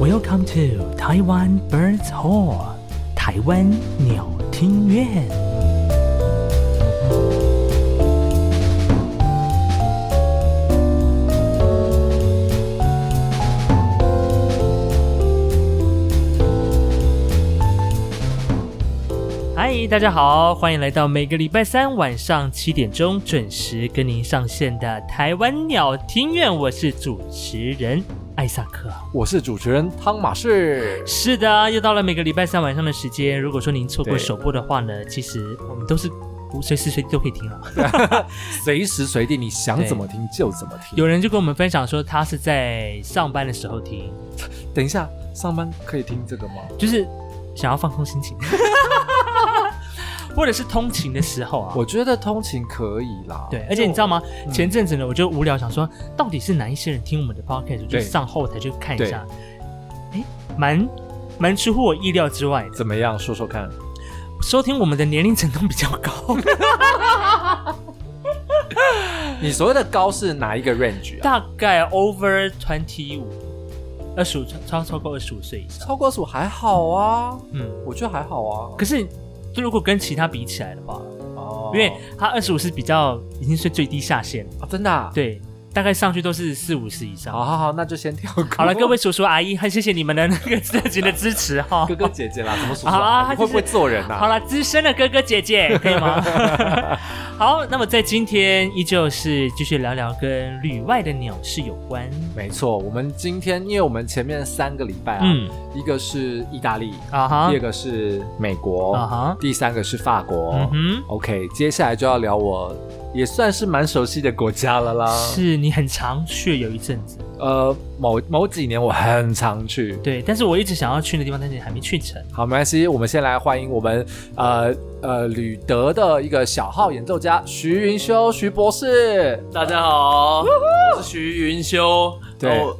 Welcome to Taiwan Birds Hall，台湾鸟听院。嗨，大家好，欢迎来到每个礼拜三晚上七点钟准时跟您上线的台湾鸟听院，我是主持人艾萨克。我是主持人汤马士。是的，又到了每个礼拜三晚上的时间。如果说您错过对首播的话呢，其实我们都是随时随地都可以听啊 了。随时随地你想怎么听就怎么听。有人就跟我们分享说，他是在上班的时候听，等一下上班可以听这个吗？就是想要放空 心情，或者是通勤的时候啊。我觉得通勤可以啦。对，而且你知道吗？嗯前阵子呢，我就无聊想说，到底是哪一些人听我们的 podcast，我就对上后台去看一对下。哎，蛮蛮出乎我意料之外的。怎么样？说说看。收听我们的年龄层都比较高，你所谓的高是哪一个 range 啊？大概 over twenty 五，二十五超超过二十五岁以上。超过数还好啊，嗯，我觉得还好啊。可是就如果跟其他比起来的话，哦因为他二十五是比较已经是最低下限了，啊，真的、啊。。对，大概上去都是四五十以上。好好好，那就先跳过。好了，各 位叔叔阿姨，很谢谢你们的那个这集的支持哈。哥哥姐姐啦，怎么数数好啊啊？你会不会做人啊？好，了，资深的哥哥姐姐，可以 吗？好，那么在今天依旧是继续聊聊跟旅外的鸟事有关。没错，我们今天因为我们前面三个礼拜啊，嗯一个是意大利，啊哈第二，个是美国，啊哈第三个是法国。嗯哼， OK，接下来就要聊我也算是蛮熟悉的国家了啦。是你很常去有一阵子，呃，某某几年我很常去。对，但是我一直想要去的地方，但是还没去成。好，没关系，我们先来欢迎我们呃呃吕德的一个小号演奏家徐云修徐博士。大家好，我是徐云修。对然后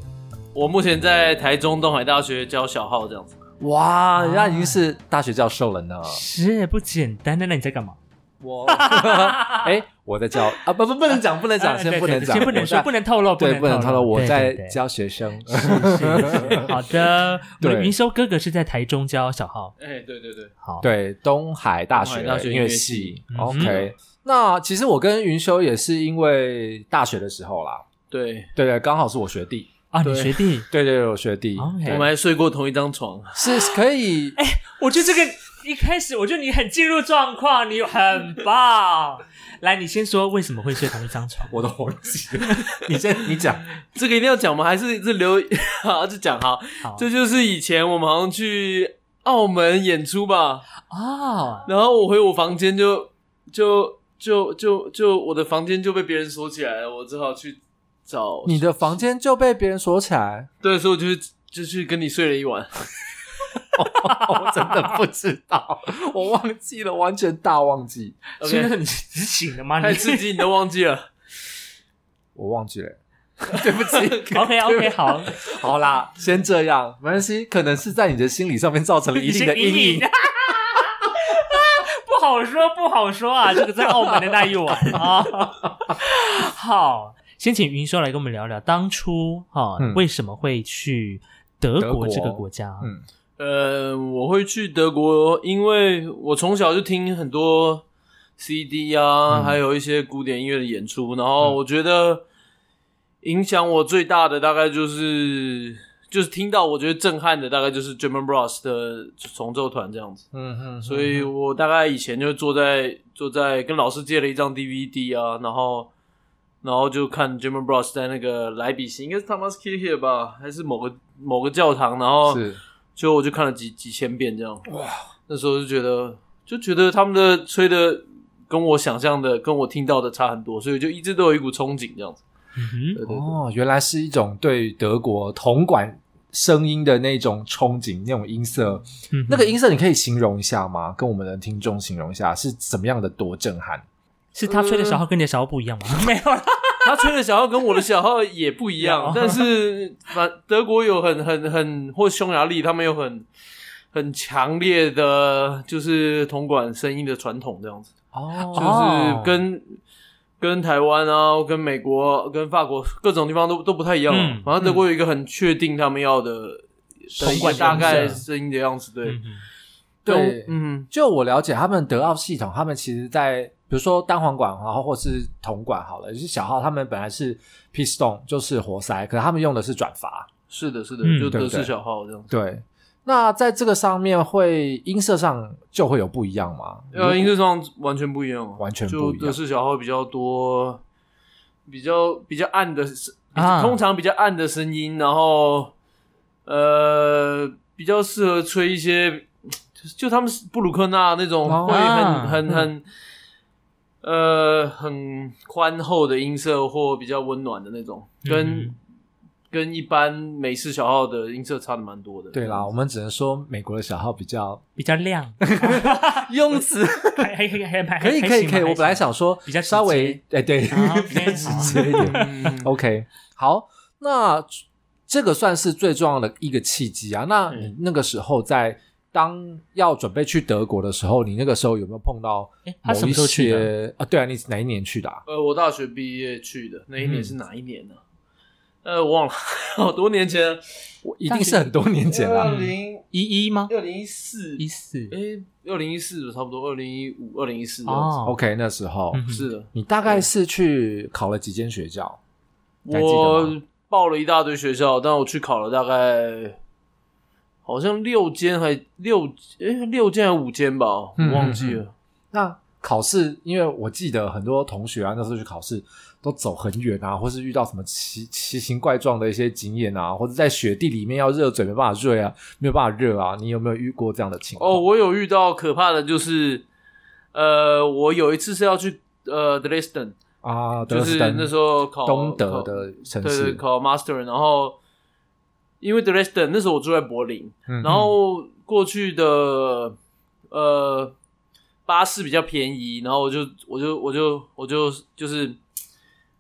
我目前在台中东海大学教小号这样子。哇，人家已经是大学教授了呢。是不简单的，那你在干嘛？我 哎、我在教啊，不不不能讲，不能啊讲，先对不对能对讲，先不能说，我在不能透露，对，不不能透露，我在。教对学生。对对是是是 好的，我对们云修哥哥是在台中教小号，哎、对对对，好，对，东海大学东海大学音音乐乐系系。嗯 OK，那其实我跟云修也是因为大学的时候啦，对，对对，刚好是我学弟，啊，你对学弟，对对，对我学弟 OK 对哦我们哎还睡过同一张床。是是可 以， 我觉得这个一开始，我觉得你很进入状况，你很棒。来，你先说为什么会睡同一张床？我都忘记了，你先你讲，这个一定要讲吗？还是这留 好就讲哈？好，这就是以前我们好像去澳门演出吧，哦，然后我回我房间就就就就就我的房间就被别人锁起来了，我只好去找 你的房间就被别人锁起来，对，所以我就去就去跟你睡了一晚。 我真的不知道，我忘记了，完全大忘记，所以那时 OK，候你只醒了吗？太你刺 激，你都忘记了。我忘记了， 对 不起 OK OK，好，好啦，先这样，没关系，可能是在你的心理上面造成了一定的阴影。。不好说，不好说啊！这个在澳门的那一晚啊，好，先请云修来跟我们聊聊当初哈、嗯为什么会去德德国国这个国家？嗯，呃，我会去德国，因为我从小就听很多 CD 啊，嗯还有一些古典音乐的演出，然后我觉得影响我最大的大概就是就是听到我觉得震撼的大概就是 German Bros 的重奏团这样子，嗯哼，所以我大概以前就坐在坐在跟老师借了一张 DVD 啊，然后。然后就看 German Bros 在那个莱比锡，应该是 Thomas Kirche 吧，还是某个某个教堂，然后是就我就看了几几千遍这样。哇，那时候就觉得就觉得他们的吹的跟我想象的跟我听到的差很多，所以就一直都有一股憧憬这样子。 嗯哼，对对对哦，原来是一种对德国铜管声音的那种憧憬，那种音色。嗯哼那个音色你可以形容一下吗？跟我们的听众形容一下是怎么样的多震撼？是他吹的小号跟你的小号不一样吗？没有啦，他吹的小号跟我的小号也不一一样样，但是反德国有很很很或匈牙利他们有很很强烈的就是铜管声音的传统这样子。就哦是跟、跟台湾啊、跟美国、跟法国各种地方都都不太一样。啊嗯反正德国有一个很确定他们要的的一个大概声音的样子，对嗯哼对嗯，就我了解，他们德奥系统，他们其实在比如说单簧管，然后或是铜管好了，就是小号，他们本来是 piston，就是活塞，可是他们用的是转阀。是的，是的，嗯就对德不对式小号这样子。对，那在这个上面会音色上就会有不一样吗？呃，音色上完全不一样哦，完全不就一样德式小号比较多，比较比较暗的声，啊通常比较暗的声音，然后呃，比较适合吹一些，就就他们布鲁克纳那种哦会啊很很很。呃，很宽厚的音色或比较温暖的那种，跟、嗯跟一般美式小号的音色差的蛮多的。对啦，我们只能说美国的小号比较比较亮，用词还还还哎还可以可以可以，我本来想说比较直稍微接哎对，啊 比较 OK，直好接一点。 嗯 OK，好，那这个算是最重要的一个契机啊。那你嗯那个时候在当要准备去德国的时候，你那个时候有没有碰到哎他某什么一时候去的些啊？对啊，你是哪一年去的、啊？呃，我大学毕业去的那一年嗯是哪一年呢、呃，我忘了， 好多年前了，我一定是很多年前了、二嗯啊。零一一吗？二零一四，一四哎，二零一四差不多，二零一五、二零一四哦 OK，那时候、嗯哼是的，你大概是去考了几间学校？你嗯还记得吗我报了一大堆学校，但我去考了大概好像六间还六哎六间还五间吧，我嗯忘记了。那考试，因为我记得很多同学啊，那时候去考试都走很远啊，或是遇到什么奇奇形怪状的一些经验啊，或者在雪地里面要热嘴没办法热啊，没有办法热啊，你有没有遇过这样的情况？哦，我有遇到可怕的就是，呃，我有一次是要去呃 Dresden，啊，就德是斯登那时候考东德考的城对对，市，考 master，然后因为 Dresden 那时候我住在柏林，嗯然后过去的呃巴士比较便宜，然后我就我就我就我就就是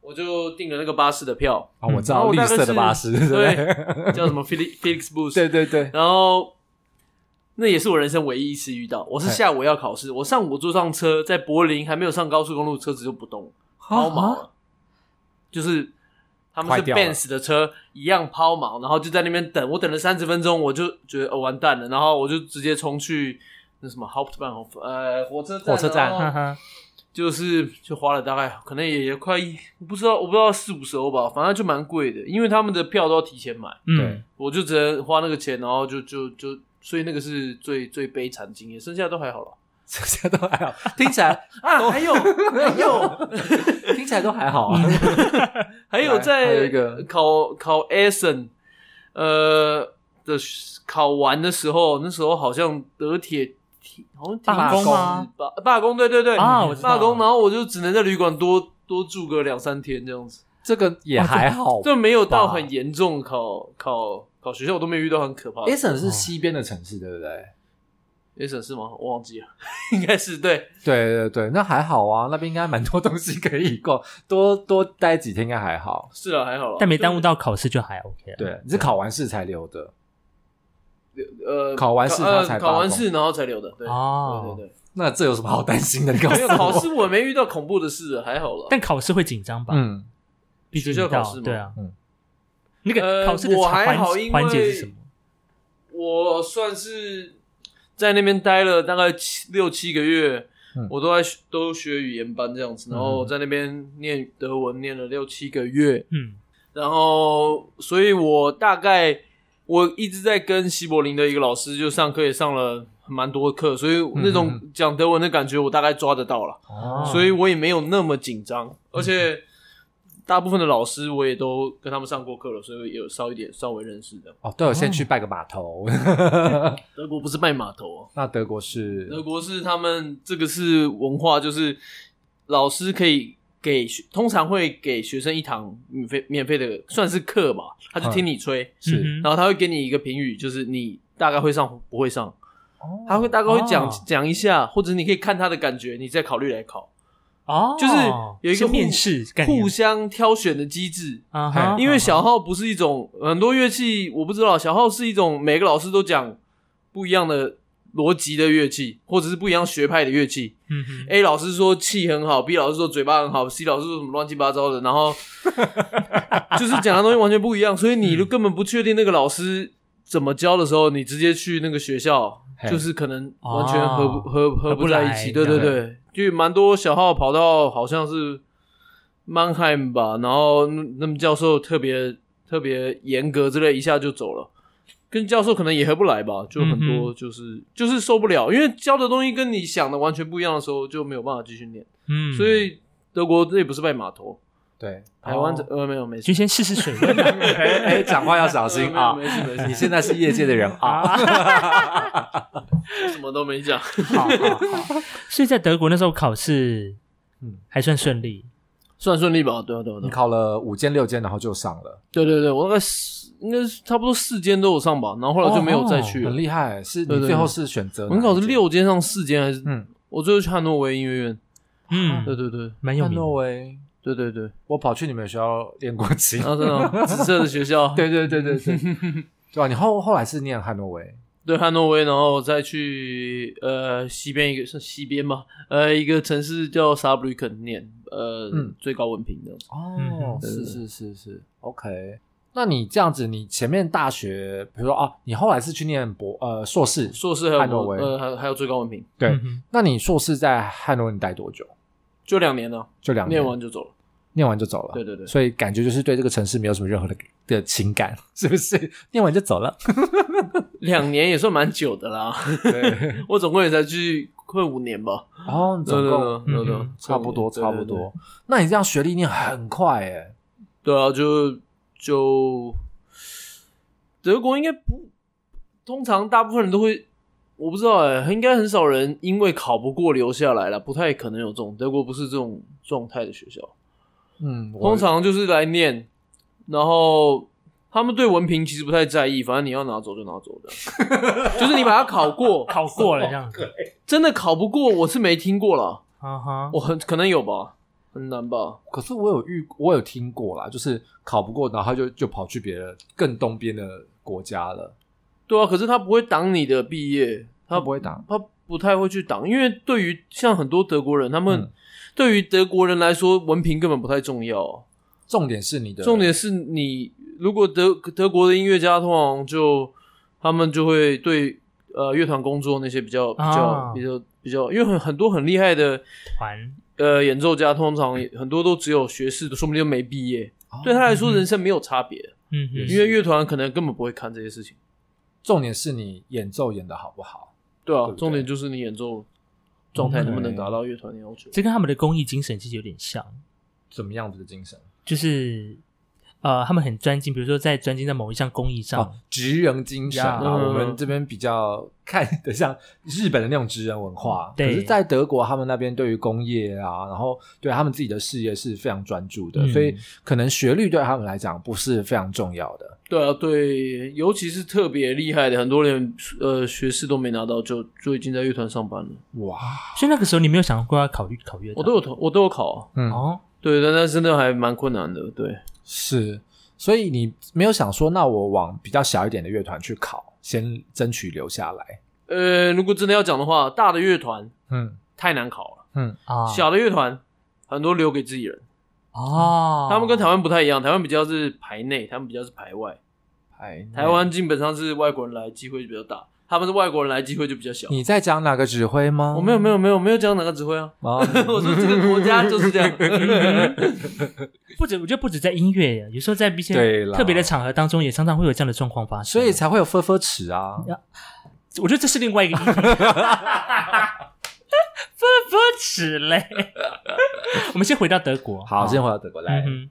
我就订了那个巴士 的票，啊，我知嗯然后道我绿大概色的是巴士，对不对？叫什么 Felix Felix Bus，对 对对，然后那也是我人生唯一一次遇到，我是下午要考试，我上午坐上车，在柏林还没有上高速公路，车子就不动了，抛锚了，就是他们啊坏是掉了 Benz 的车一样抛锚，然后就在那边等，我等了三十分钟，我就觉得、哦、完蛋了，然后我就直接冲去那什么 Hauptbahnhof 呃火车站，火车站哈然后哈，就是就花了大概可能也也快一，我不知道我不知道四五十欧吧，反正就蛮贵的，因为他们的票都要提前买。嗯对，我就只能花那个钱，然后就就就，所以那个是最最悲惨的经验，剩下都还好了。这些都还好，听起来啊，还有还有听起来都还好啊。嗯还有还有在一个考考 Essen，呃的考完的时候，那时候好像德铁停好像停罢工吗罢罢工，对对对啊我知道罢工，然后我就只能在旅馆多多住个两三天这样子，这个也还好啊这没有到哇很严重考考考学校，我都没遇到很可怕的。 ，Essen 是西边的城市，对不对？ Essen 是吗？我忘记了， 应该是对。对对对，那还好啊，那边应该蛮多东西可以逛，多多待几天应该还好。是啊，还好啦，但没耽误就到考试就还 OK 了。对，你是考完试才留的。呃考完试他才呃罢工考完试然后才留的，对，哦对对那这有什么好担心的？你告对，诉没有我，考试我也没遇到恐怖的事了，还好了。但考试会紧张吧？嗯，毕竟学校你到考试吗对啊，嗯那个呃考试的我还环好因为环节是什么？我算是在那边待了大概七六七个月嗯，我都在学都学语言班这样子，然后在那边念德文念了六七个月，嗯，然后所以我大概我一直在跟西柏林的一个老师就上课也上了蛮多课，所以那种嗯讲德文的感觉我大概抓得到了。哦所以我也没有那么紧嗯张，而且大部分的老师我也都跟他们上过课了，所以也有稍一点稍微认识的。哦，对，我先去拜个码头。 德国不是卖码头哦，那德国啊是德国是他们这个是文化，就是老师可以给学通常会给学生一堂免费免费的算是课吧，他就听你吹，是嗯哼然后他会给你一个评语，就是你大概会上不会上，哦他会大概会讲哦讲一下，或者你可以看他的感觉，你再考虑来考，哦，就是有一个是互面试概念互相挑选的机制。啊哈，因为小号不是一种很多乐器，我不知道小号是一种每个老师都讲不一样的逻辑的乐器，或者是不一样学派的乐器。嗯哼 A 老师说气很好，B 老师说嘴巴很好，C 老师说什么乱七八糟的，然嗯后就是讲的东西完全不一样，所以你就根本不确定那个老师怎么教的时候，你直接去那个学校，嘿就是可能完全合不、哦合合合不不在来一起。对对对对，就蛮多小号跑到好像是曼海姆吧，然后那那么教授特别特别严格之类，一下就走了。跟教授可能也合不来吧，就很嗯多就是、就是受不了，因为教的东西跟你想的完全不一样的时候，就没有办法继续念。嗯，所以德国这也不是拜码头，对，台湾、哦呃没有没事呃就，先试试水温啊哎哎，讲话要小心啊！ 没事没事你现在是业界的人啊，什么都没 讲。好好好，所以在德国那时候考试，嗯嗯，还算顺利。算顺利吧，对啊，对啊，你对啊，考了五间六间，然后就上了，对对对，我大概四应该是差不多四间都有上吧，然后后来就没有再去了。哦很厉害。是对你对最后是选择哪门一考是间，六间上四间还是？嗯，我最后去汉诺威音乐院。嗯，对对对，蛮有汉名诺的。威，对对对，哎我跑去你们学校练过琴 然。后真的哦紫色的 学校，对对对对对， 对吧？啊你后后来是念汉诺威，对汉诺威，然后再去呃西边一个是西边吗？呃，一个城市叫沙布吕肯念，呃嗯，最高文凭的。嗯哦，对是对对是是是，OK。那你这样子，你前面大学，比如说啊，你后来是去念博呃硕士，硕士还有汉诺威呃还有还有最高文凭，对嗯哼那你硕士在汉诺你待多久？就两年了，就两年，念完就走了。念完就走了。对对对所以感觉就是对这个城市没有什么任何的的情感， 是不是？念完就走了。两年也算蛮久的啦， 对，我总共也才去快五年吧。 哦，对总对共对对对嗯差不多，对对差不多。那你这样学历念很快诶，对啊，就就德国应该不，通常大部分人都会，我不知道哎、应该很少人因为考不过留下来了，不太可能有这种。德国不是这种状态的学校，嗯，我通常就是来念，然后他们对文凭其实不太在意，反正你要拿走就拿走的，就是你把它考过，考过了这哦样子，真的考不过我是没听过了，啊哈，我很可能有吧，很难吧。可是我有遇，我有听过啦，就是考不过，然后就就跑去别的更东边的国家了，对啊，可是他不会挡你的毕业，他他不会打，他不太会去挡，因为对于像很多德国人，他们嗯对于德国人来说，文凭根本不太重要哦、重点是你的重点是你如果德德国的音乐家通常就他们就会对呃乐团工作那些比较比较、啊比较比较，因为很很多很厉害的团呃演奏家，通常也很多都只有学士的，说不定就没毕业，哦对他来说嗯人生没有差别，嗯也哼，是因为乐团可能根本不会看这些事情。重点是你演奏演的好不好，对对啊，不嗯对重点就是你演奏状态能不能 OK 达到乐团的要求。这跟他们的公益精神其实有点像，怎么样子的精神就是呃，他们很专精，比如说在专精在某一项公益上，哦，职人精神啊，呀我们这边比较看得像日本的那种职人文化，对可是，在德国他们那边对于工业啊，然后对他们自己的事业是非常专注的，嗯所以可能学历对他们来讲不是非常重要的。对啊，对，尤其是特别厉害的，很多人呃学士都没拿到，就就已经在乐团上班了。哇，所以那个时候你没有想过要考虑考乐团，我都有投我都有考啊，嗯哦，对，但但真的还蛮困难的。对，是，所以你没有想说，那我往比较小一点的乐团去考，先争取留下来。呃，如果真的要讲的话，大的乐团嗯太难考了，嗯，啊，小的乐团很多留给自己人。哦，他们跟台湾不太一样，台湾比较是排内，他们比较是排外。哎，台湾基本上是外国人来机会就比较大，他们是外国人来机会就比较小。你在讲哪个指挥吗？我没有没有没有没有讲哪个指挥啊， 啊，我说这个国家就是这样。不止，我觉得不止在音乐，有时候在一些对啦特别的场合当中，也常常会有这样的状况发生。所以才会有分分尺啊。我觉得这是另外一个议题，不不耻嘞。我们先回到德国，好，先回到德国来嗯，哼。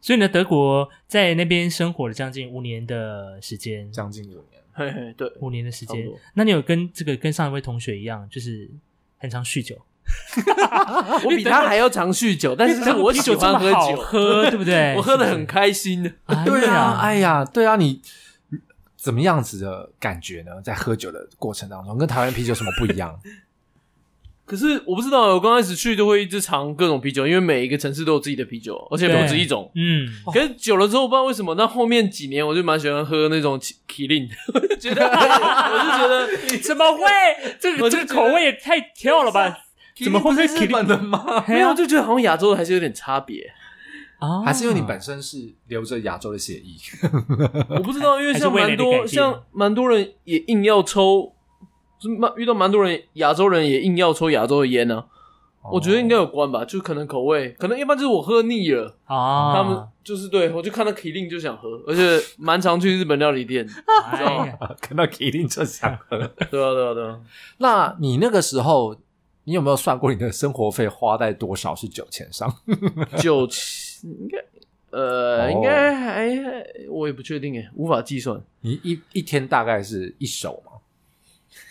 所以呢，德国在那边生活了将近五年的时间，将近五年。嘿嘿，对，五年的时差间不多。那你有跟这个跟上一位同学一样，就是很常酗酒， 我比他还要常酗酒，但是我喜欢喝因为德国啤酒这么好酒，喝对不对？我喝的很开心的。哎呀对啊，哎呀，对啊，你怎么样子的感觉呢？在喝酒的过程当中，跟台湾啤酒有什么不一样？可是我不知道，我刚开始去都会一直尝各种啤酒，因为每一个城市都有自己的啤酒，而且对不止一种。嗯，可是久了之后，不知道为什么，那后面几年我就蛮喜欢喝那种麒麟，我就觉得， 我就觉 得怎么会？这个我就这个觉得口味也太 跳了吧？怎么会被不是日 Kirin- 本的吗？哎没呀有，就觉得好像亚洲还是有点差别。哦，还是因为你本身是留着亚洲的血裔？我不知道，因为还是像味蕾蛮的改多变像蛮多人也硬要抽，是蛮遇到蛮多人亚洲人也硬要抽亚洲的烟呢、我觉得哦应该有关吧，就可能口味，可能一般就是我喝腻了，啊哦，他们就是对我就看到 Killing 就想喝，而且蛮常去日本料 理店，哎呀哦 看到一定就想喝。对啊对啊对啊，那你那个时候，你有没有算过你的生活费花在多少是酒钱上？九七应该呃、哦应该还我也不确定哎，无法 计算，你一一天大概是一手吗？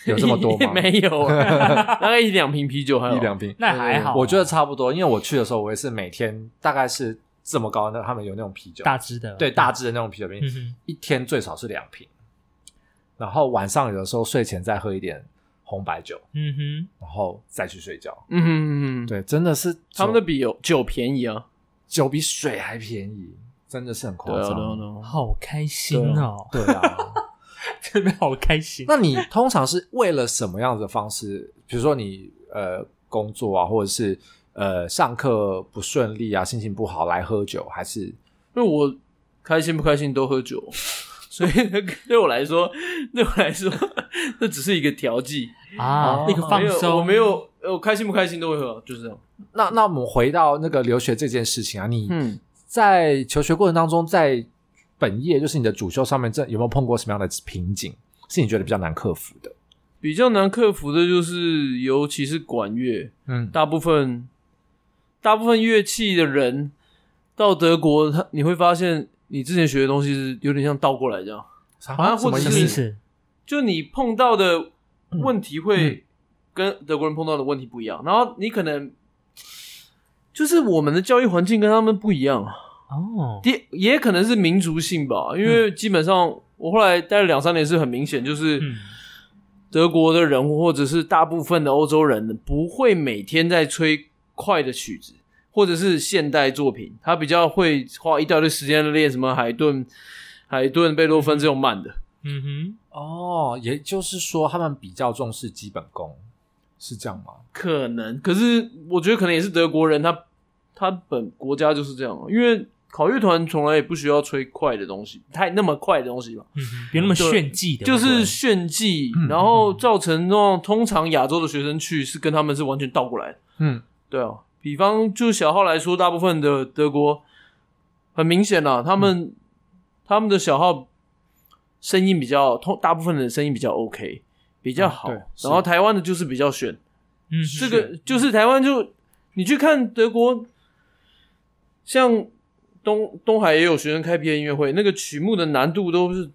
有这么 多吗？没有 啊，大概一两瓶啤酒还有一两瓶。那还好，我觉得差不多，因为我去的时候，我也是每天大概是这么高，那他们有那种啤酒，大只的，对大致的那种啤酒瓶，嗯哼，一天最少是两瓶。然后晚上有的时候睡前再喝一点红白酒，嗯哼，然后再去睡觉。嗯嗯嗯，对，真的是他们的酒比有酒便宜啊，酒比水还便宜，真的是很对夸啊对啊张。对啊。好开心哦，对啊，真的好开心。那你通常是为了什么样子的方式？比如说你呃工作啊，或者是呃上课不顺利啊，心情不好来喝酒，还是因为我开心不开心都喝酒，所以对我来说，对我来说， 那只是一个调剂 啊，那个放松，我没有，我没有，我开心不开心都会喝，就是这样。那那我们回到那个留学这件事情啊，你嗯，在求学过程当中，在本业就是你的主修上面，这有没有碰过什么样的瓶颈？是你觉得比较难克服的？比较难克服的就是，尤其是管乐，嗯，大部分大部分乐器的人到德国，他你会发现，你之前学的东西是有点像倒过来这样，好像什或么者什是么意？思？就你碰到的问题会跟德国人碰到的问题不一样，然后你可能就是我们的教育环境跟他们不一样，哦，也也可能是民族性吧，因为基本上我后来待了两三年是很明显，就是嗯，德国的人或者是大部分的欧洲人不会每天在吹快的曲子。或者是现代作品，他比较会花一大堆时间练什么海顿、海顿、贝多芬这种慢的。嗯哦，也就是说他们比较重视基本功，是这样吗？可能，可是我觉得可能也是德国人他他本国家就是这样，啊因为考乐团从来也不需要吹快的东西，太那么快的东西吧，哼，嗯哼，别那么炫技的，就会不是会炫技嗯，然后造成那种通常亚洲的学生去是跟他们是完全倒过来的。嗯，对啊，比方就小号来说，大部分的德国很明显啦，他们、他们的小号声音比较通，大部分的声音比较 OK，比较好。嗯对是然后台湾的就是比较炫。嗯这个就是台湾就你去看德国，像东东海也有学生开毕业音乐会，那个曲目的难度都是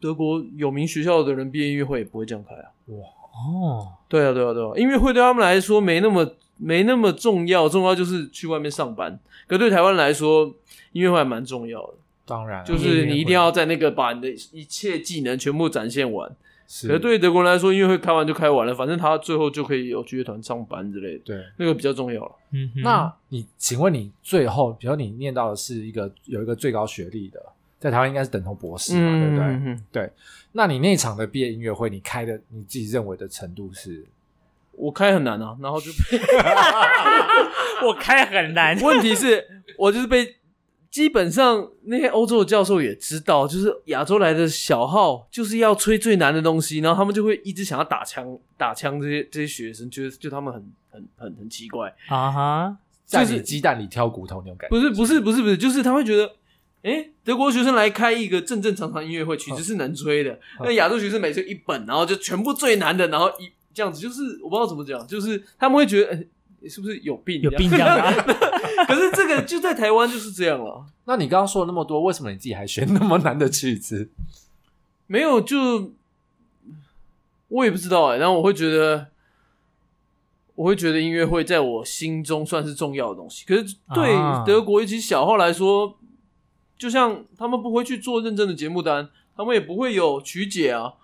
德国有名学校的人毕业音乐会也不会这样开啊。哦，对啊，对啊，对啊，音乐会对他们来说没那么没那么重要，重要就是去外面上班。可对台湾来说，音乐会还蛮重要的，当然啊，就是你一定要在那个把你的一切技能全部展现完。是可是对于德国人来说，音乐会开完就开完了，反正他最后就可以有去乐团上班之类的，对。那个比较重要了。嗯哼，那你请问你最后，比如你念到的是一个有一个最高学历的，在台湾应该是等同博士嘛，对不对？嗯嗯嗯那你那场的毕业音乐会，你开的你自己认为的程度是？我开很难啊，然后就被，我开很 难问题是，我就是被基本上那些欧洲的教授也知道，就是亚洲来的小号就是要吹最难的东西，然后他们就会一直想要打枪打枪这些这些学生，觉得就他们很很很很奇怪，啊哈，在就是你鸡蛋里挑骨头那种感觉？不是不是不是不是，就是他会觉得。诶，德国学生来开一个正正常常音乐会，曲子是能吹的。那亚洲学生每吹一本，然后就全部最难的，然后一这样子，就是我不知道怎么讲，就是他们会觉得，诶是不是有病？有病这样啊吗？ 可是这个就在台湾就是这样了，那你刚刚说了那么多，为什么你自己还选那么难的曲子？没有就我也不知道哎、然后我会觉得，我会觉得音乐会在我心中算是重要的东西。可是啊对德国以及小号来说，就像他们不会去做认真的节目单，他们也不会有曲解啊，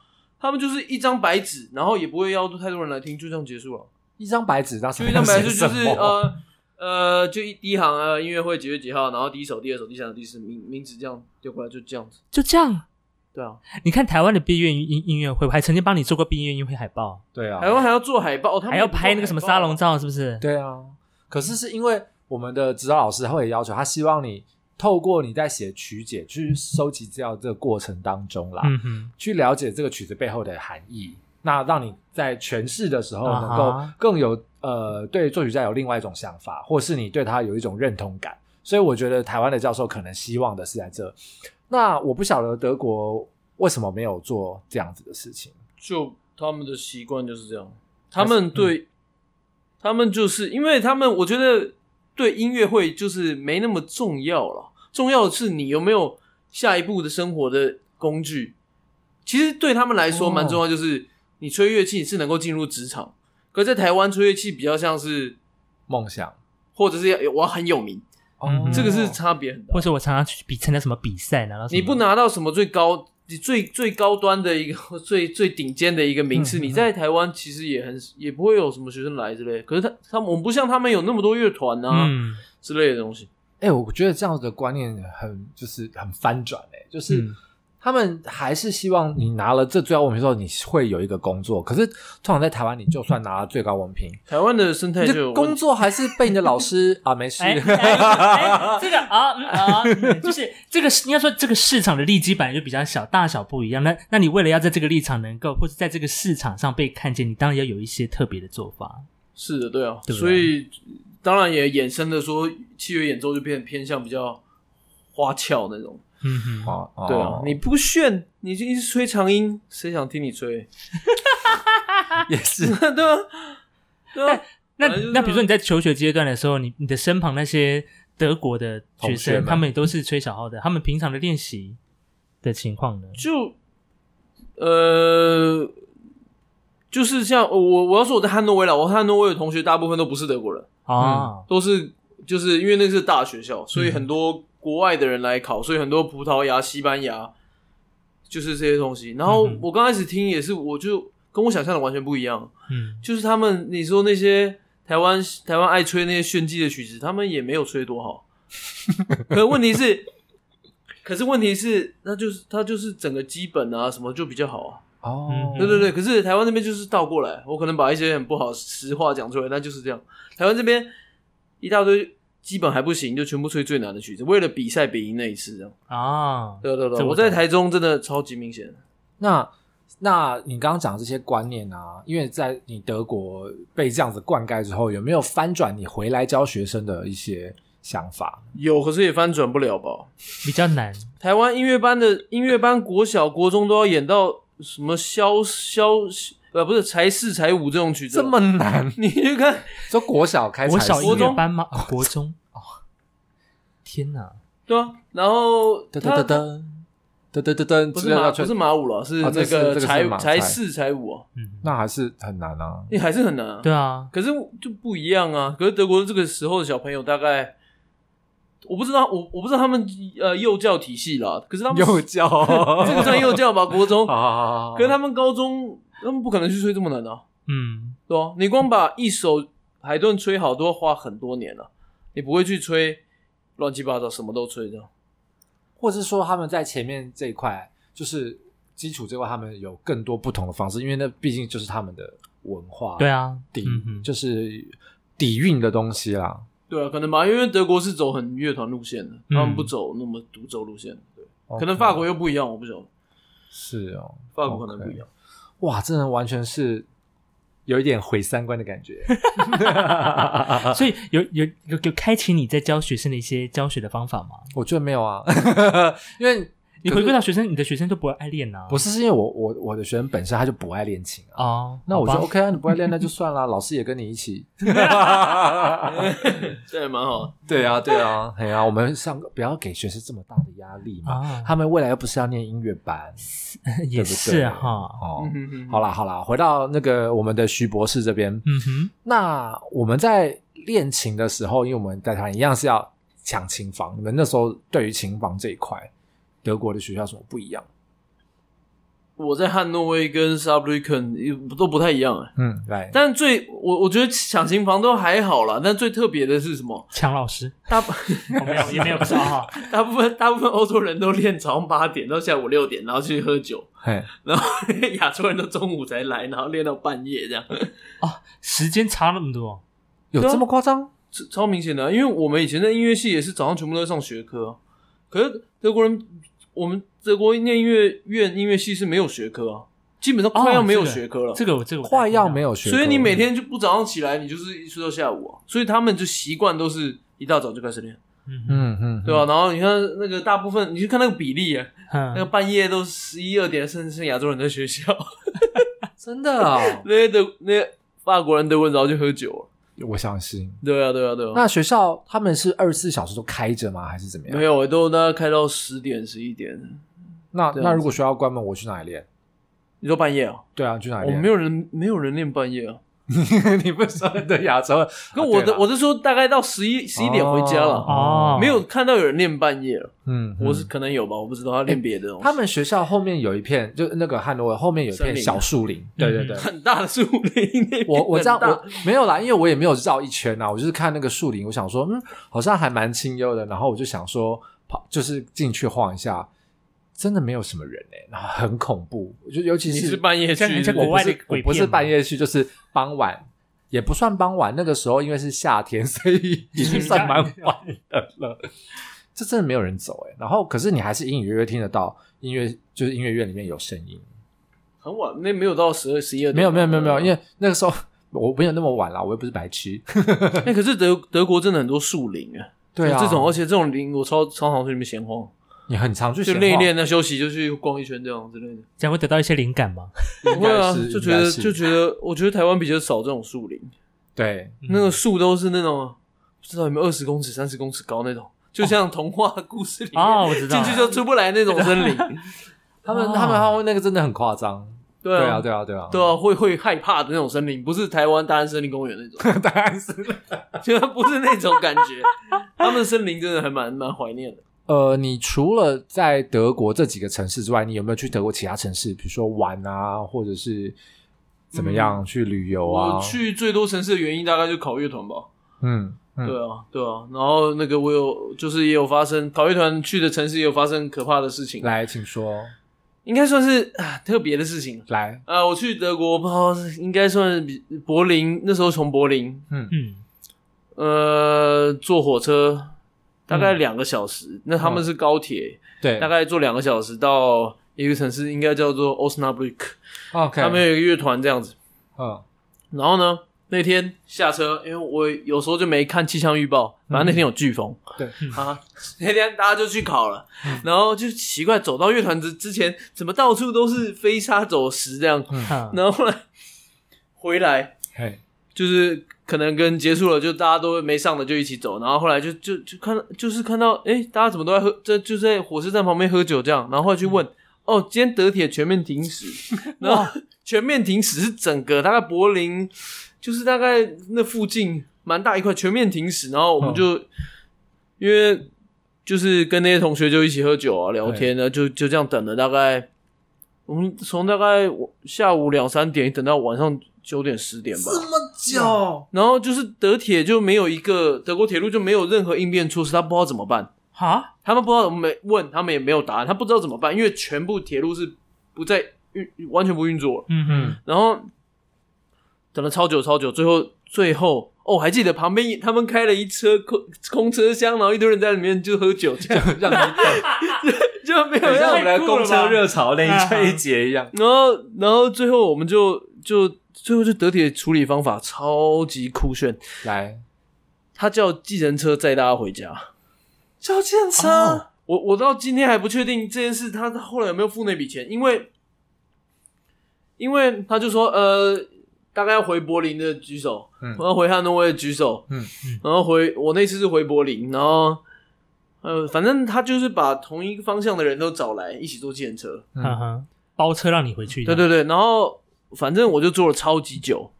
他们就是一张白纸，然后也不会要太多人来听，就这样 结束了。一张白纸，那就一张白纸就什是么呃呃，就一第一行呃音乐会几月几号，然后第一首、第二首、第三首、第四名名字这样丢过来，就这样子。就这样。对啊，你看台湾的毕业音音乐会，我还曾经帮你做过毕业音乐会海报， 对啊，台湾还要做海报，他们啊还要拍那个什么沙龙照，照，是不是？对啊。可是是因为我们的指导老师他会有要求，他希望你透过你在写曲解去收集资料这个过程当中啦，啊嗯哼，去了解这个曲子背后的含义，那让你在诠释的时候啊能哈够更有、呃对作曲家有另外一种想法，或是你对他有一种认同感。所以我觉得台湾的教授可能希望的是在这。那我不晓得德国为什么没有做这样子的事情。就他们的习惯就是这样，他嗯们对，他们就是因为他们，我觉得对音乐会就是没那么重要了，重要的是你有没有下一步的生活的工具。其实对他们来说哦蛮重要，就是你吹乐器是能够进入职场，可在台湾吹乐器比较像是，梦想，或者是要我要很有名，嗯这个是差别很大或。者我常常去比参加什么比赛，拿啊到什么你不拿到什么最高、你最最高端的一个、 最最顶尖的一个名次，嗯嗯你在台湾其实也很也不会有什么学生来之类的。可是他他们我们不像他们有那么多乐团啊、嗯，之类的东西。哎、我觉得这样子的观念很就是很翻转哎、就是。嗯他们还是希望你拿了这最高文凭之后，你会有一个工作。可是通常在台湾，你就算拿了最高文凭，台湾的生态你就的有工问题作还是被你的老师啊，没事。哎哎哎，这个啊嗯啊，嗯就是这个应该说这个市场的利基本来就比较小，大小不一样。那那你为了要在这个立场能够，或者在这个市场上被看见，你当然要有一些特别的做法。是的，对啊，对啊所以当然也衍生的说，器乐演奏就变偏向比较花俏那种。嗯哼，哦，哦对啊，你不炫，你就一直吹长音，谁想听你吹？ 也是对啊，对啊，那本来就是那比如说你在求学阶段的时候，你你的身旁那些德国的学同学生，们他们也都是吹小号的，他们平常的练习的情况嗯呢？就呃，就是像我我要说我在汉诺威了，我汉诺威的同学大部分都不是德国人，哦，都是就是因为那是大学校，所以嗯很多国外的人来考，所以很多葡萄牙、西班牙就是这些东西。然后嗯哼我刚开始听也是，我就跟我想象的完全不一样，嗯就是他们你说那些台湾台湾爱吹那些炫技的曲子，他们也没有吹 多好，可问题是。可是问题是，那就是他就是整个基本啊什么就比较好啊，哦嗯，对对对，可是台湾那边就是倒过来，我可能把一些很不好的实话讲出来，但就是这样。台湾这边一大堆基本还不行，就全部吹最难的曲子，为了比赛比赢那一次这样。啊，对啊对啊对这啊，我我在台中真的超级明显。那那你刚刚讲这些观念啊，因为在你德国被这样子灌溉之后，有没有翻转你回来教学生的一些想法？有，可是也翻转不了吧？比较难。台湾音乐班的音乐班，国小、国中都要演到什么萧萧呃不是才四才五这种曲子这了，么难？你去看说国小开国小才是音国乐中班吗？哦国中哦，天哪！对啊，然后噔他噔噔噔噔噔噔，不知是道马要不吹是马五了，是哦这那是这个个是才马才才四才五啊，嗯，那还是很难啊。你还是很难啊。对啊，可是就不一样啊！可是德国这个时候的小朋友，大概我不知道，我我不知道他们呃幼教体系啦。可是他们幼哦教， 这个算幼教吧，国中。 好好好好，可是他们高中，他们不可能去吹这么难的、啊，嗯对吧、你光把一首海顿吹好，都要花很多年了、你不会去吹乱七八糟，什么都吹这样。或是说他们在前面这一块，就是基础这块，他们有更多不同的方式，因为那毕竟就是他们的文化，对，啊，底、嗯哼就是底蕴的东西啦。对啊，可能吧，因为德国是走很乐团路线的，他们不走那么独奏路线。对，可能法国嗯 OK，又不一样，我不晓得，是哦，法国可能不一样。哇，真的完全是有一点毁三观的感觉。 所以有有有有开启你在教学生的一些教学的方法吗？我觉得没有啊， 因为你回归到学生，你的学生就不会爱练啊？不是是因为我我我的学生本身他就不爱练琴啊。哦，那我好就吧 OK 啊，你不爱练那就算啦，老师也跟你一 起。 这也蛮好的。对啊，对 啊，哎呀、我们上不要给学生这么大的压力嘛，啊，他们未来又不是要念音乐班，也对是不对哈，哦。嗯哼哼好啦好啦，回到那个我们的徐博士这边，嗯哼，那我们在练琴的时候，因为我们在台湾一样是要抢琴房，你们那时候对于琴房这一块，德国的学校有什么不一样？我在汉诺威跟 Saarbrücken 都不太一样哎、嗯，来，但最我我觉得抢琴房都还好啦，但最特别的是什么？强老师，大部 我没有也没有说哈，大部分大部分欧洲人都练早上八点到下午六点，然后去喝酒，嘿，然后亚洲人都中午才来，然后练到半夜这样，时间差那么多，啊有这么夸张？这超明显的啊、因为我们以前在音乐系也是早上全部都在上学科啊、可是德国人，我们德国念音乐院音乐系是没有学科啊，基本上快要没有学科了。这个我这个我快要感觉到没有学科，啊所以你每天就不早上起来，你就是一睡到下午啊。所以他们就习惯都是一大早就开始练，嗯嗯嗯，对吧、啊然后你看那个大部分，你去看那个比例啊，嗯那个半夜都十一二点，甚至是亚洲人在学校，真的啊， 那些德那些法国人、德国人早就喝酒了。我相信。对啊，对啊，对啊。那学校他们是二十四小时都开着吗？还是怎么样？没有，都大概开到十点、十一点，那对啊那如果学校关门，我去哪里练？你说半夜啊？对啊，去哪里我练？没有人，没有人练半夜啊。有， 你不是说你的亚洲？可我的、啊对啦我是说，大概到十一十一点回家了，哦没有看到有人练半夜了。嗯，我是可能有吧，我不知道他练别的东西。他们学校后面有一片，就那个汉罗尔后面有一森片林啊小树林。对对嗯对，很大的树林，那边我我很这样大我没有啦，因为我也没有绕一圈啊，我就是看那个树林，我想说，嗯，好像还蛮清幽的，然后我就想说跑，就是进去晃一下，真的没有什么人哎、然后很恐怖，就尤其你是是半夜去像人家是不是国外的我鬼不是片吗半夜去，就是傍晚，也不算傍晚，那个时候因为是夏天，所以已经算蛮晚的了。这真的没有人走哎、然后可是你还是隐隐约约听得到音乐，就是音乐院里面有声音。很晚，那没有到十二十一二没点吧，啊有没有没有没有，因为为那个时候我没有那么晚啦，我又不是白痴。哎，可是德德国真的很多树林啊，对啊，就这种而且这种林我超超常去里面闲晃，你很常去就闲练一晃练，那休息就去逛一圈这样之类的。这样会得到一些灵感吗？不会啊应该是，就觉得应该是就觉得，我觉得台湾比较少这种树林，对，那嗯个树都是那种不知道有没有二十公尺、三十公尺高那种，就哦像童话故事里面哦，我知道 进了，去就出不来那种森林。他们哦他们他们那个真的很夸张。 对啊对啊啊，对啊对啊对啊，会会害怕的那种森林，不是台湾大安森林公园那种。啊， 当然是就不是那种感觉。他们森林真的还蛮蛮怀念的。呃，你除了在德国这几个城市之外，你有没有去德国其他城市，比如说玩啊，或者是怎么样、去旅游啊？嗯我，去最多城市的原因大概就考乐团吧。嗯嗯，对啊，对啊。然后那个我有就是也有发生考乐团去的城市也有发生可怕的事情，来，请说，应该算是啊特别的事情。来，啊，我去德国，不知道是应该算是比柏林，那时候从柏林，嗯，呃，坐火车大概两个小时，那他们是高铁，嗯对，大概坐两个小时到一个城市，应该叫做 Osnabrück， OK，他们有一个乐团这样子，嗯然后呢，那天下车，因为我有时候就没看气象预报，反正那天有飓风，嗯对 嗯啊，那天大家就去考了，然后就奇怪，走到乐团之之前，怎么到处都是飞沙走石这样？哈然后后来回来嗯嘿，就是可能跟结束了，就大家都没上的就一起走，然后后来就就就看就是看到，哎，大家怎么都在喝，这就在火车站旁边喝酒这样，然后后来去问，哦，今天德铁全面停驶，然后全面停驶是整个大概柏林，就是大概那附近蛮大一块全面停驶，然后我们就、因为就是跟那些同学就一起喝酒啊聊天啊，就就这样等了大概。我们从大概下午两三点等到晚上九点十点吧，么久，然后就是德铁就没有一个德国铁路就没有任何应变措施，他不知道怎么办，哈，他们不知道我们没问，他们也没有答案，他不知道怎么办，因为全部铁路是不在运，完全不运作了。嗯嗯，然后等了超久超久，最后最后哦，还记得旁边他们开了一车空空车厢，然后一堆人在里面就喝酒，这样嗯让你就没有等像让我 们我们。的公车热潮那啊一这一节一样。然后然后最后我们就就最后就德铁处理方法超级酷炫，来，他叫计程车载大家回家。叫建车哦我我到今天还不确定这件事，他后来有没有付那笔钱，因为因为他就说呃，大概要回柏林的举手，嗯然后回汉诺威的举手，嗯嗯然后回我那次是回柏林，然后呃，反正他就是把同一个方向的人都找来一起坐计程车，嗯哈哈，包车让你回去，对对对，然后反正我就坐了超级久，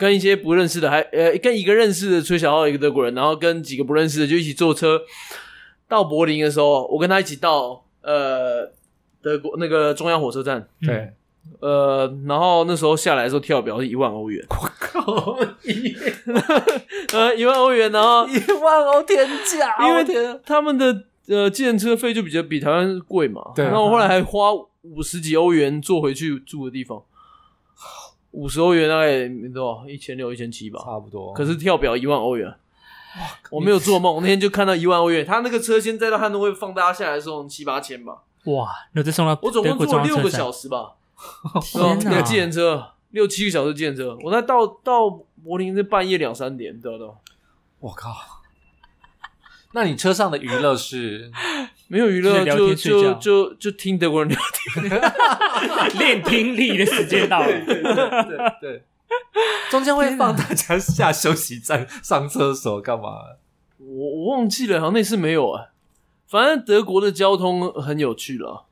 跟一些不认识的还呃跟一个认识的吹小号一个德国人，然后跟几个不认识的就一起坐车到柏林的时候，我跟他一起到呃德国那个中央火车站，嗯对，呃，然后那时候下来的时候跳表是一万欧元， 呃一万欧元，然后一万欧天价 因为他们的呃计程车费就比较比台湾贵嘛，对啊然后我后来还花五十几欧元坐回去住的地方，五十欧元大概多少？一千六、一千七吧。差不多，可是跳表一万欧元，我没有做梦，我那天就看到一万欧元。他那个车先载到汉诺威放大家下来的时候七八千吧，哇，那再送到我总德共国坐中了央六车个站小，时吧，啊天那个计哪！程车六七个小时计程车，我那到到柏林是半夜两三点，对吧？对吧我靠！那你车上的娱乐是？没有娱就是乐，聊就天睡觉就就就听德国人聊练听力的时间到 了，对对对，中间会放大家下休息站上厕所干嘛？我我忘记了，好像那次没有啊。反正德国的交通很有趣了，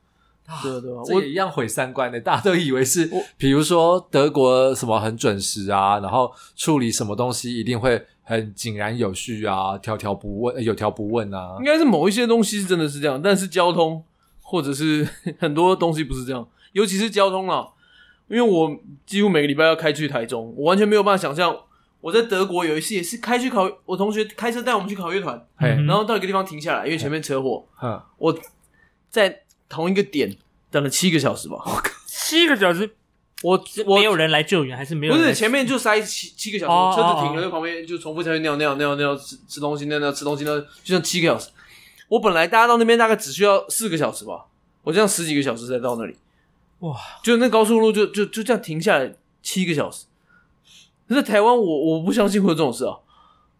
对啊对啊，这我也一样毁三观的，大家都以为是我，比如说德国什么很准时啊，然后处理什么东西一定会很井然有序啊，条条不问，呃有条不问啊应。该是某一些东西是真的是这样，但是交通或者是 很多东西不是这样，尤其是交通啦，因为我几乎每个礼拜要开去台中，我完全没有办法想象我在德国有一次也是开去考，我同学开车带我们去考乐团，嘿，嗯然后到一个地方停下来，因为前面车祸，哼，我在同一个点等了七个小时吧，七个小时我我没有人来救援，还是没有不人来是前面就塞七七个小时，哦车子停哦哦了，在旁边就重复下去尿尿尿尿吃吃东西尿尿吃东西尿，就像七个小时。我本来大家到那边大概只需要四个小时吧，我这样十几个小时才到那里，哇！就那高速路就就就这样停下来七个小时。可是台湾我我不相信会有这种事啊，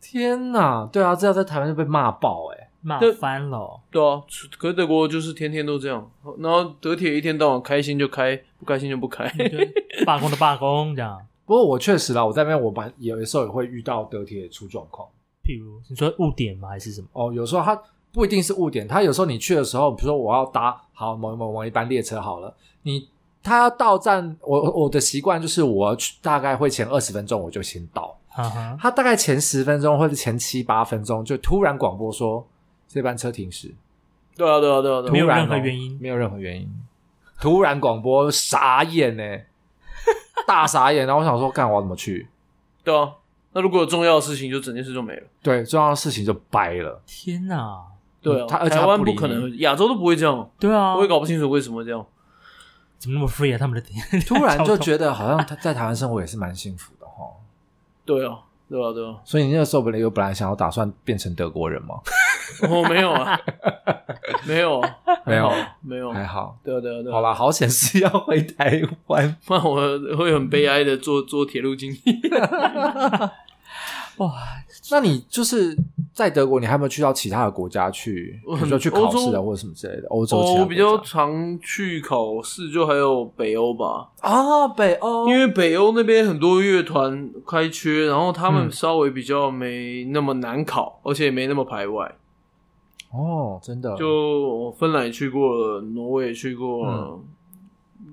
天哪，对啊，这要在台湾就被骂爆哎、骂对翻了。对啊，可是德国就是天天都这样，然后德铁一天到晚开心就开，不开心就不开。 对罢工的罢工，这样。不过我确实啦，我在那边我蛮有的时候也会遇到德铁出状况譬如你说误点吗？还是什 么？哦，有时候它不一定是误点，它有时候你去的时候，比如说我要搭好某某某一班列车好了，你它要到站，我我我的习惯就是我去大概会前二十分钟我就先到。哈哈，他大概前十分钟或者前七八分钟就突然广播说这班车停驶，对啊对啊对啊对啊，没有突然任何哦原因没有任何原因，突然广播傻眼呢、大傻眼。然后我想说，干我要怎么去？对啊。那如果有重要的事情，就整件事就没了。对，重要的事情就掰 了。天哪！对啊，嗯他而且他台湾不理不你可能，亚洲都不会这样。对啊，我也搞不清楚为什么这样。怎么那么 free 啊？他们的 点突然就觉得好像他在台湾生活也是蛮幸福的哈。对啊，对啊，对啊。所以你那个时候本来有本来想要打算变成德国人 吗？我、没有 啊，没有啊，没有，没有。还好。对啊，对啊，对啊。好啦，好险是要回台湾。不然我会很悲哀的做做铁路经 济。哇，那你就是在德国，你还有没有去到其他的国家去，比我如说去考试欧啊，洲或者什么之类的？欧洲其他国哦，家我比较常去考试，就还有北欧吧，啊，北欧，因为北欧那边很多乐团开缺，然后他嗯们稍微比较没那么难考，而且也没那么排外。哦，真的，就我芬兰也去过了，挪威也去过了，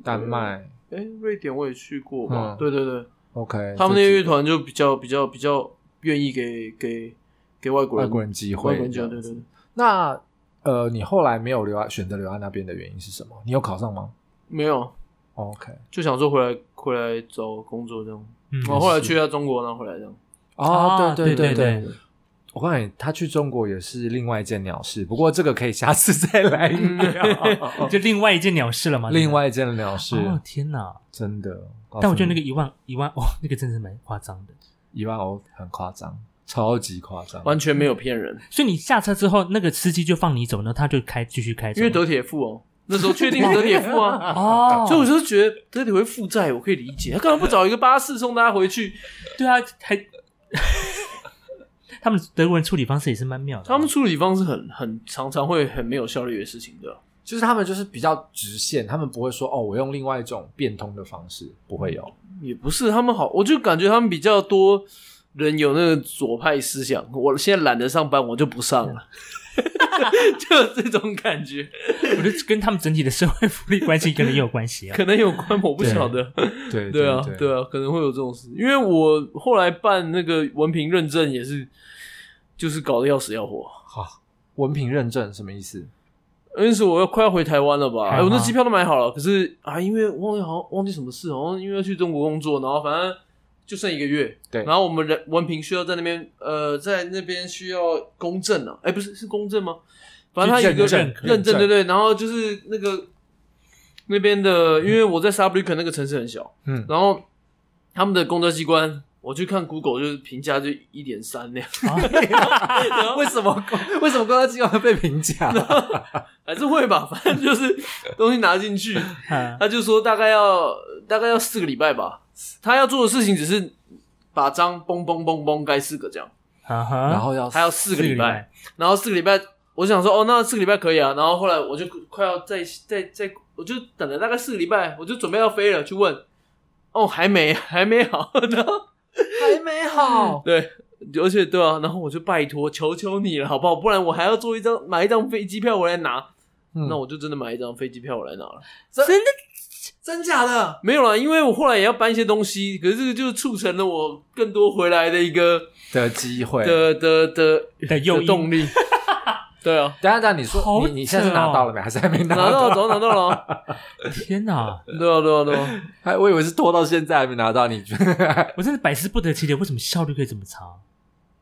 丹麦哎、瑞典我也去过吧嗯？对对对。 ，OK，他们那这几些乐团就比较比较比较愿意给给给外国外人国人机外会国人这讲，样对对子。对。那呃，你后来没有留在选择留在那边的原因是什么？你有考上吗哦没有， ？OK，就想说回来回来找工作这样。 嗯，然后后来哦去一下中国，然后回来这样。哦，啊对对对对，，我告诉你，他去中国也是另外一件鸟事，不过这个可以下次再来 聊哦就另外一件鸟事了嘛。嗯 另外一件鸟事对，不对哦天哪！真的。但我觉得那个个一万一万哦，那个真是蛮夸张的。一万欧很夸张，超级夸张，完全没有骗人，所以你下车之后，那个司机就放你走，然后他就开继续开走，因为德铁付哦，那时候确定是德铁付 啊。哦，所以我就觉得德铁会负债，我可以理解。他干嘛不找一个巴士送大家回去？对啊，还 他们德国人处理方式也是蛮妙的。他们处理方式很很常常会很没有效率的事情的。就是他们就是比较直线，他们不会说哦，我用另外一种变通的方式，不会有。也不是他们好，我就感觉他们比较多人有那个左派思想。我现在懒得上班，我就不上了， 就有这种感觉，我觉得跟他们整体的社会福利关系可能也有关系啊。可能有关，我不晓得。对对啊，对对啊，可能会有这种事。因为我后来办那个文凭认证也是，就是搞得要死要活。好，文凭认证什么意思？因此我要快要回台湾了吧？还哎、好我那机票都买好了，可是啊，因为忘记好像忘记什么事，好像因为要去中国工作，然后反正就剩一个月。对然后我们人文凭需要在那边，呃，在那边需要公证啊，哎、不是是公证吗？反正他有一个认证认证，认证对对。然后就是那个那边的，因为我在沙布里肯那个城市很小，嗯然后他们的公证机关我去看 Google 就是评价就一点三那样， 为什么为什么公家机关被评价？还是会吧，反正就是东西拿进 去，嗯他就说大概要大概要四个礼拜吧。他要做的事情只是把章嘣嘣嘣嘣盖四个这样，啊哈，然 后要他要四个四礼个礼拜拜，然后四个礼拜，我想说哦，那四个礼拜可以啊。然后后来我就快要再再再，我就等了大概四个礼拜，我就准备要飞了，去问，哦，还没还没 好，然后还没好， 对，而且对啊，然后我就拜托求求你了，好不好？不然我还要做一张买一张飞机票回来拿，嗯那我就真的买一张飞机票我来拿了。真的真假的？没有啦，因为我后来也要搬一些东西，可是这个就促成了我更多回来的一个的机会。的的的的诱的动因，力。 对啊，等一下，等一下，你好说扯哦你你现在是拿到了没？还是还没拿拿到了，？早拿到了啊。天哪！对啊，对啊，对 啊。还我以为是拖到现在还没拿到，你觉得 我真的百思不得其解，为什么效率可以这么差？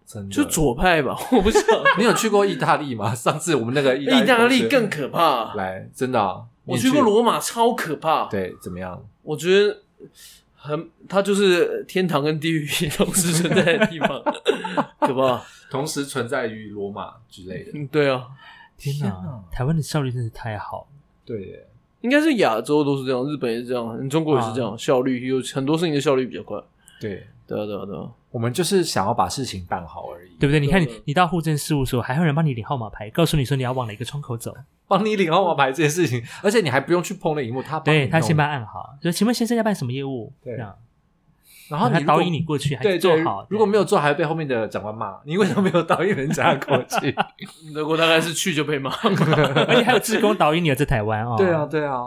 真的？就左派吧，我不知道。你有去过意大利 吗？上次我们那个意意大大利利更可怕。来，真的啊，我你去过罗马，超可怕。，啊对，怎么样？我觉得很，它就是天堂跟地狱 同时存在的地方，可怕。啊同时存在于罗马之类的，嗯，对啊，天天哪哪！台湾的效率真是太好了，对耶，应该是亚洲都是这样，日本也是这样，中国也是这样，效率有很多事情的效率比较快。对，对啊，对啊，对啊。我们就是想要把事情办好而已。对不对？你看对你，你到户政事务所，还会有人帮你领号码牌，告诉你说你要往哪个窗口 走。帮你领号码牌这件事情，而且你还不用去碰那荧幕，他帮你对他弄先，把按好，说请问先生要办什么业务？对这样然然后后你他如导果引你。过去，还对，做对好。如果没有，有 做，还会被后面的长官骂。你为什么没有导引人家过 去？哦德国大概是去就被骂， 而且还有志工导引你在台湾哦。对啊，，对 啊，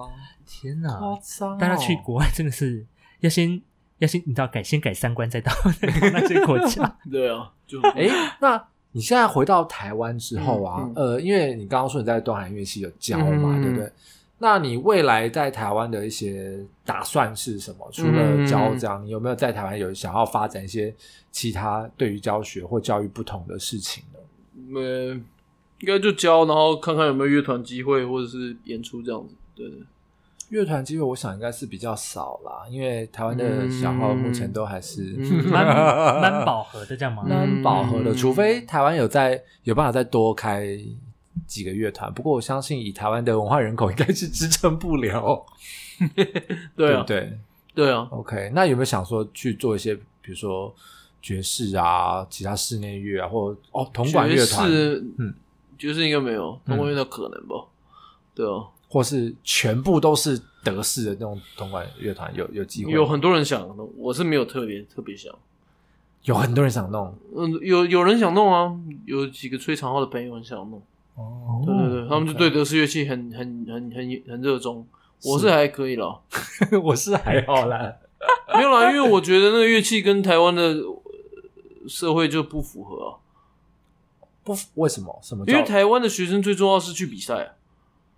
天哪！夸张哦！大家去国外真的是要先要先，你知道改先改三观，再到再到那些国 家。对啊，就很哎，那你现在回到台湾之后啊，嗯呃，因为你刚刚说你在东海乐器有教嘛，嗯对不对？那你未来在台湾的一些打算是什么？除嗯了教这样，你有没有在台湾有想要发展一些其他对于教学或教育不同的事情呢？呃，应该就教，然后看看有没有乐团机会或者是演出这样子。对对，乐团机会，我想应该是比较少啦，因为台湾的小号目前都还是嗯蛮蛮饱和的，这样吗？ 蛮饱和的，嗯除非台湾有在有办法再多开几个乐团。不过我相信以台湾的文化人口，应该是支撑不了， 对不啊，对对啊， ？OK，那有没有想说去做一些，比如说爵士啊、其他室内乐啊，或者哦铜管乐团，是嗯，爵士应该没有，铜管乐团可能吧。对啊，或是全部都是德式的那种铜管乐团，有有机会有很多人想，我是没有特别特别想。有很多人想弄嗯，有有人想弄啊，有几个吹长号的朋友很想弄。哦对对对，他们就对德式乐器很很很很很热衷。我是还可以啦， 对，我是还好啦。没有啦，因为我觉得那个乐器跟台湾的呃社会就不符合啊。不，为什么？什么叫？因为台湾的学生最重要是去比赛啊，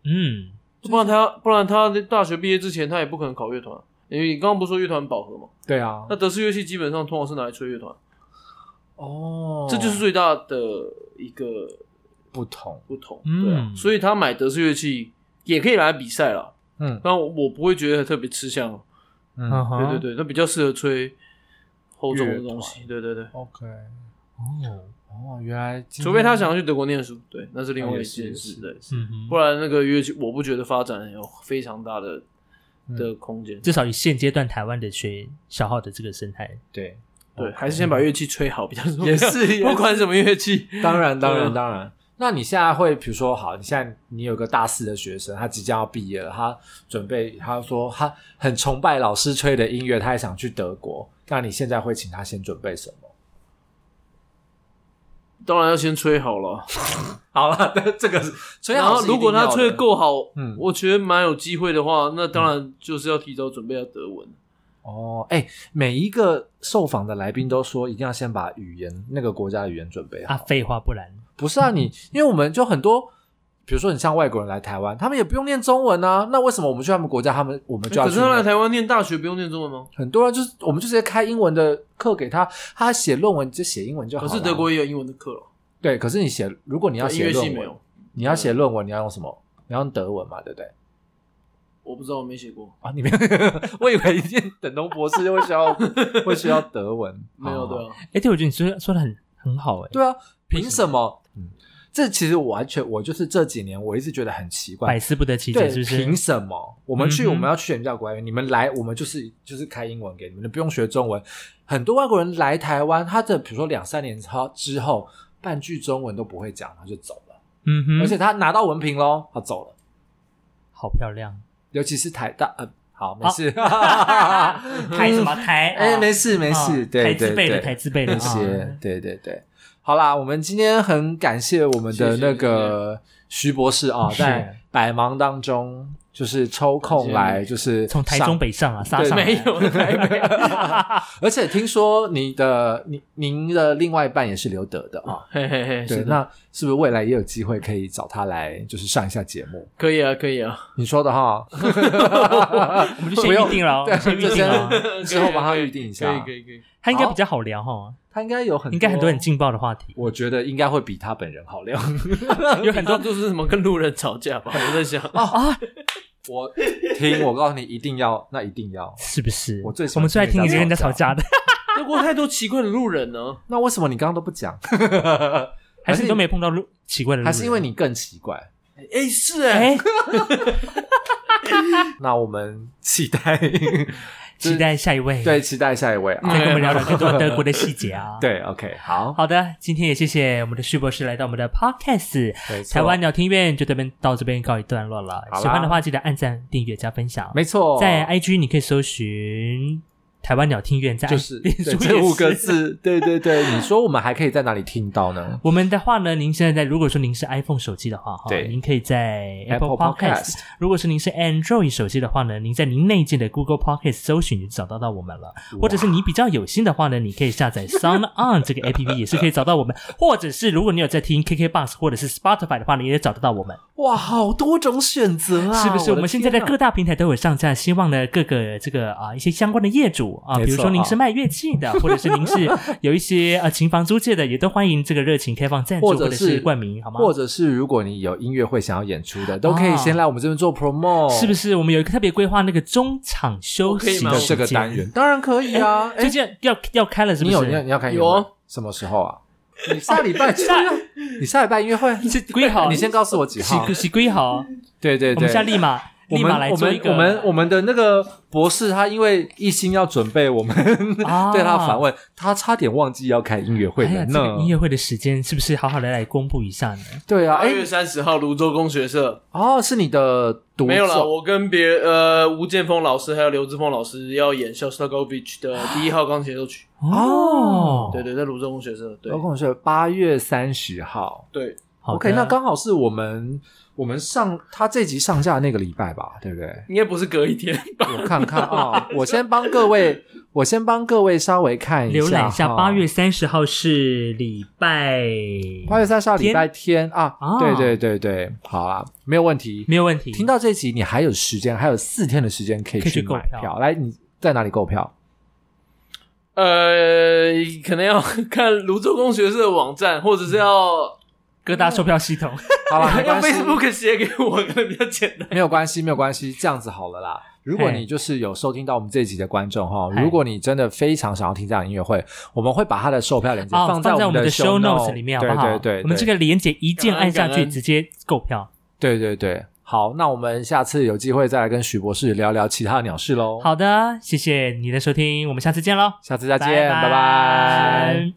嗯，不然他不然他大学毕业之前他也不可能考乐团啊。因为你刚刚不是说乐团饱和嘛？对啊那，德式乐器基本上通常是拿来吹乐团，哦，这就是最大的一个不同。不同。嗯对啊，所以他买德式乐器也可以拿来比赛啦。嗯但我我不会觉得特别吃香。嗯嗯哼对对对，那比较适合吹厚重的东西。对对对， ，OK，哦，哦，原来今天除非他想要去德国念书，对，那是另外啊一也是件也事。是对，嗯哼，不然那个乐器，我不觉得发展有非常大的嗯的空间。至少以现阶段台湾的学小号的这个生态，对，对， OK 还是先把乐器吹好比较重要。也 是也是不管什么乐器，当然，当对啊然，当然。嗯那你现在会，比如说，好，你现在你有个大四的学生，他即将要毕业了，他准备，他说他很崇拜老师吹的音乐，他也想去德国。那你现在会请他先准备什么？ 当然要先吹好了。好了，那这个是吹然好后是一定如果他要的吹得，够好，嗯我觉得蛮有机会的话，那当然就是要提早准备要德文。哦，哎、每一个受访的来宾都说，一定要先把语言那个国家的语言准备好。啊，废话不然，不是啊，嗯你因为我们就很多，比如说你像外国人来台湾，他们也不用念中文啊，那为什么我们去他们国家，他们我们就要哎可去是念？他来台湾念大学不用念中文吗？很多人就是我们就直接开英文的课给他，他写论文就写英文就好可了。是德国也有英文的课了，对，可是你写如果你要音写乐系论没文有，。你要写论文你要用什么？你要用德文嘛，对不对？我不知道，我没写过，啊， 你们，我以为一定等同博士就会需 要会需要德文，没有好对啊，哎，对，我觉得你说说的很很好，哎，对啊，凭什么？嗯，这其实我完全，我就是这几年我一直觉得很奇怪百，思不得其对解，是，不凭是？什么我们嗯去、哼我们要去人家国外，你们来我们就是就是开英文给你们，你不用学中文。很多外国人来台湾，他的比如说两三年之后之后，半句中文都不会讲，他就走了，嗯哼，而且他拿到文凭喽，他走了。好漂 亮，尤其是台大，呃，好，没 事，抬哦什么抬？哎、啊没事没事，啊对抬对自备对，的，抬自备的那些啊，对对对。好啦，我们今天很感谢我们的谢谢那个徐博士啊，是在百忙当中就是抽空来，就是从台上中，北上啊，杀对上来没有，没有而且听说你的您您的另外一半也是刘德的嗯啊，嘿嘿嘿，对是，的，那是不是未来也有机会可以找他来，就是上一下节目？可以啊，可以 啊，你说 的哈，我们就先预定了哦，我对们先预就定先了哦。之后帮他预定一下可以可以可以， 他应该比较好聊哈，他应该有很应该很多很，劲爆的话题，我觉得应该会比他本人好聊。 有很多就是什么跟路人吵架 吧，我在想，我听，我告诉你，一定要，那一定要。是不是？我最喜我欢们最爱听你跟人家吵架的，德国太多奇怪的路人呢，那为什么你刚刚都不讲？还是你都没碰到路奇怪的路人？还是因为你更奇怪？哎是哎，哎，那我们期 待，期待下一位，对，，期待下一位 再啊。跟我们聊聊更 多德国的细节啊。。对，OK，好，好的，今天也谢谢我们的徐博士来到我们的 podcast 没错台湾鸟听院，就这边到这边告一段落了。好啦喜欢的话记得按赞、订阅、加分享。没错，在 IG 你可以搜寻台湾鸟听院，在就是对 脸书这也五个是字，对对对。你说我们还可以在哪里听到呢我们的话呢，您现在在如果说您是 iPhone 手机的话，哈，对您可以在 Apple Apple Podcast Podcast；如果是您是 Android 手机的话呢，您在您内建的 Google Podcast 搜寻就找到到我们了。或者是你比较有心的话呢，你可以下载 Sound On 这个 APP 也是可以找到我们。或者是如果你有在听 KKBox 或者是 Spotify 的话呢，你也找得到我们，哇，好多种选择啊！是不是？我我的们现在在天啊各大平台都有上架，希望呢各个这个啊一些相关的业主啊，没错啊比如说您是卖乐器的，或者是您是有一些呃琴房租借的，也都欢迎这个热情开放赞助或或者者是是冠名，好吗？或者是如果你有音乐会想要演出的，都可以啊先来我们这边做 promote，是不是？我们有一个特别规划，那个中场休息我可以吗的时这间个单元，当然可以啊。哎最，近要要开了，是你不有你要你是？要看音乐有啊什么时候啊？你下礼拜 你下礼拜音乐会，是归好，你先告诉我几号洗？洗归好，对对我对，们现在立马我立马们来我做一们个我们我们的那个博士，他因为一心要准备我们啊 对他反问，他差点忘记要开音乐会哎了呀，这呢个。音乐会的时间是不是好好的来公布一下呢？对啊，八哎月三十号泸州公学社哦，是你的独奏没有啦，我跟别呃吴建峰老师还有刘志峰老师要演 Shostakovich 的第一号钢琴协奏曲，哦，对对，在泸州公学社，对我跟我说八月三十号对，好的，OK，那刚好是我们我们上他这集上架的那个礼拜吧，对 不对？应该不是隔一天吧？我看看啊、我先帮各位，我先帮各位稍微看一下，浏览一下，哈八月三十号是礼拜，八月三十号礼拜天啊，啊对对对对，好啊，没有问题。没有问题。听到这集，你还有时间，还有四天的时间可以可以去购买票票。来，你在哪里 购票？呃，可能要看泸州公学社的网站，或者是要各大售票系统， 好嗯了，没要关系， Facebook 写给我，可能比较简单。没有关系，没有关系，这样子好了啦。如果嘿你就是有收听到我们这一集的观众哈，嘿如果你真的非常想要听这样的音乐会，我们会把他的售票链接哦，在在我们的 show show note notes 里面，好对不好？对对，我们对这个连接一键感恩按下感去，恩直接购票。对对对，好，那我们下次有机会再来跟徐博士聊聊其他的鸟事喽。，好的，谢谢你的收听，我们下次见喽，下次再见，拜拜拜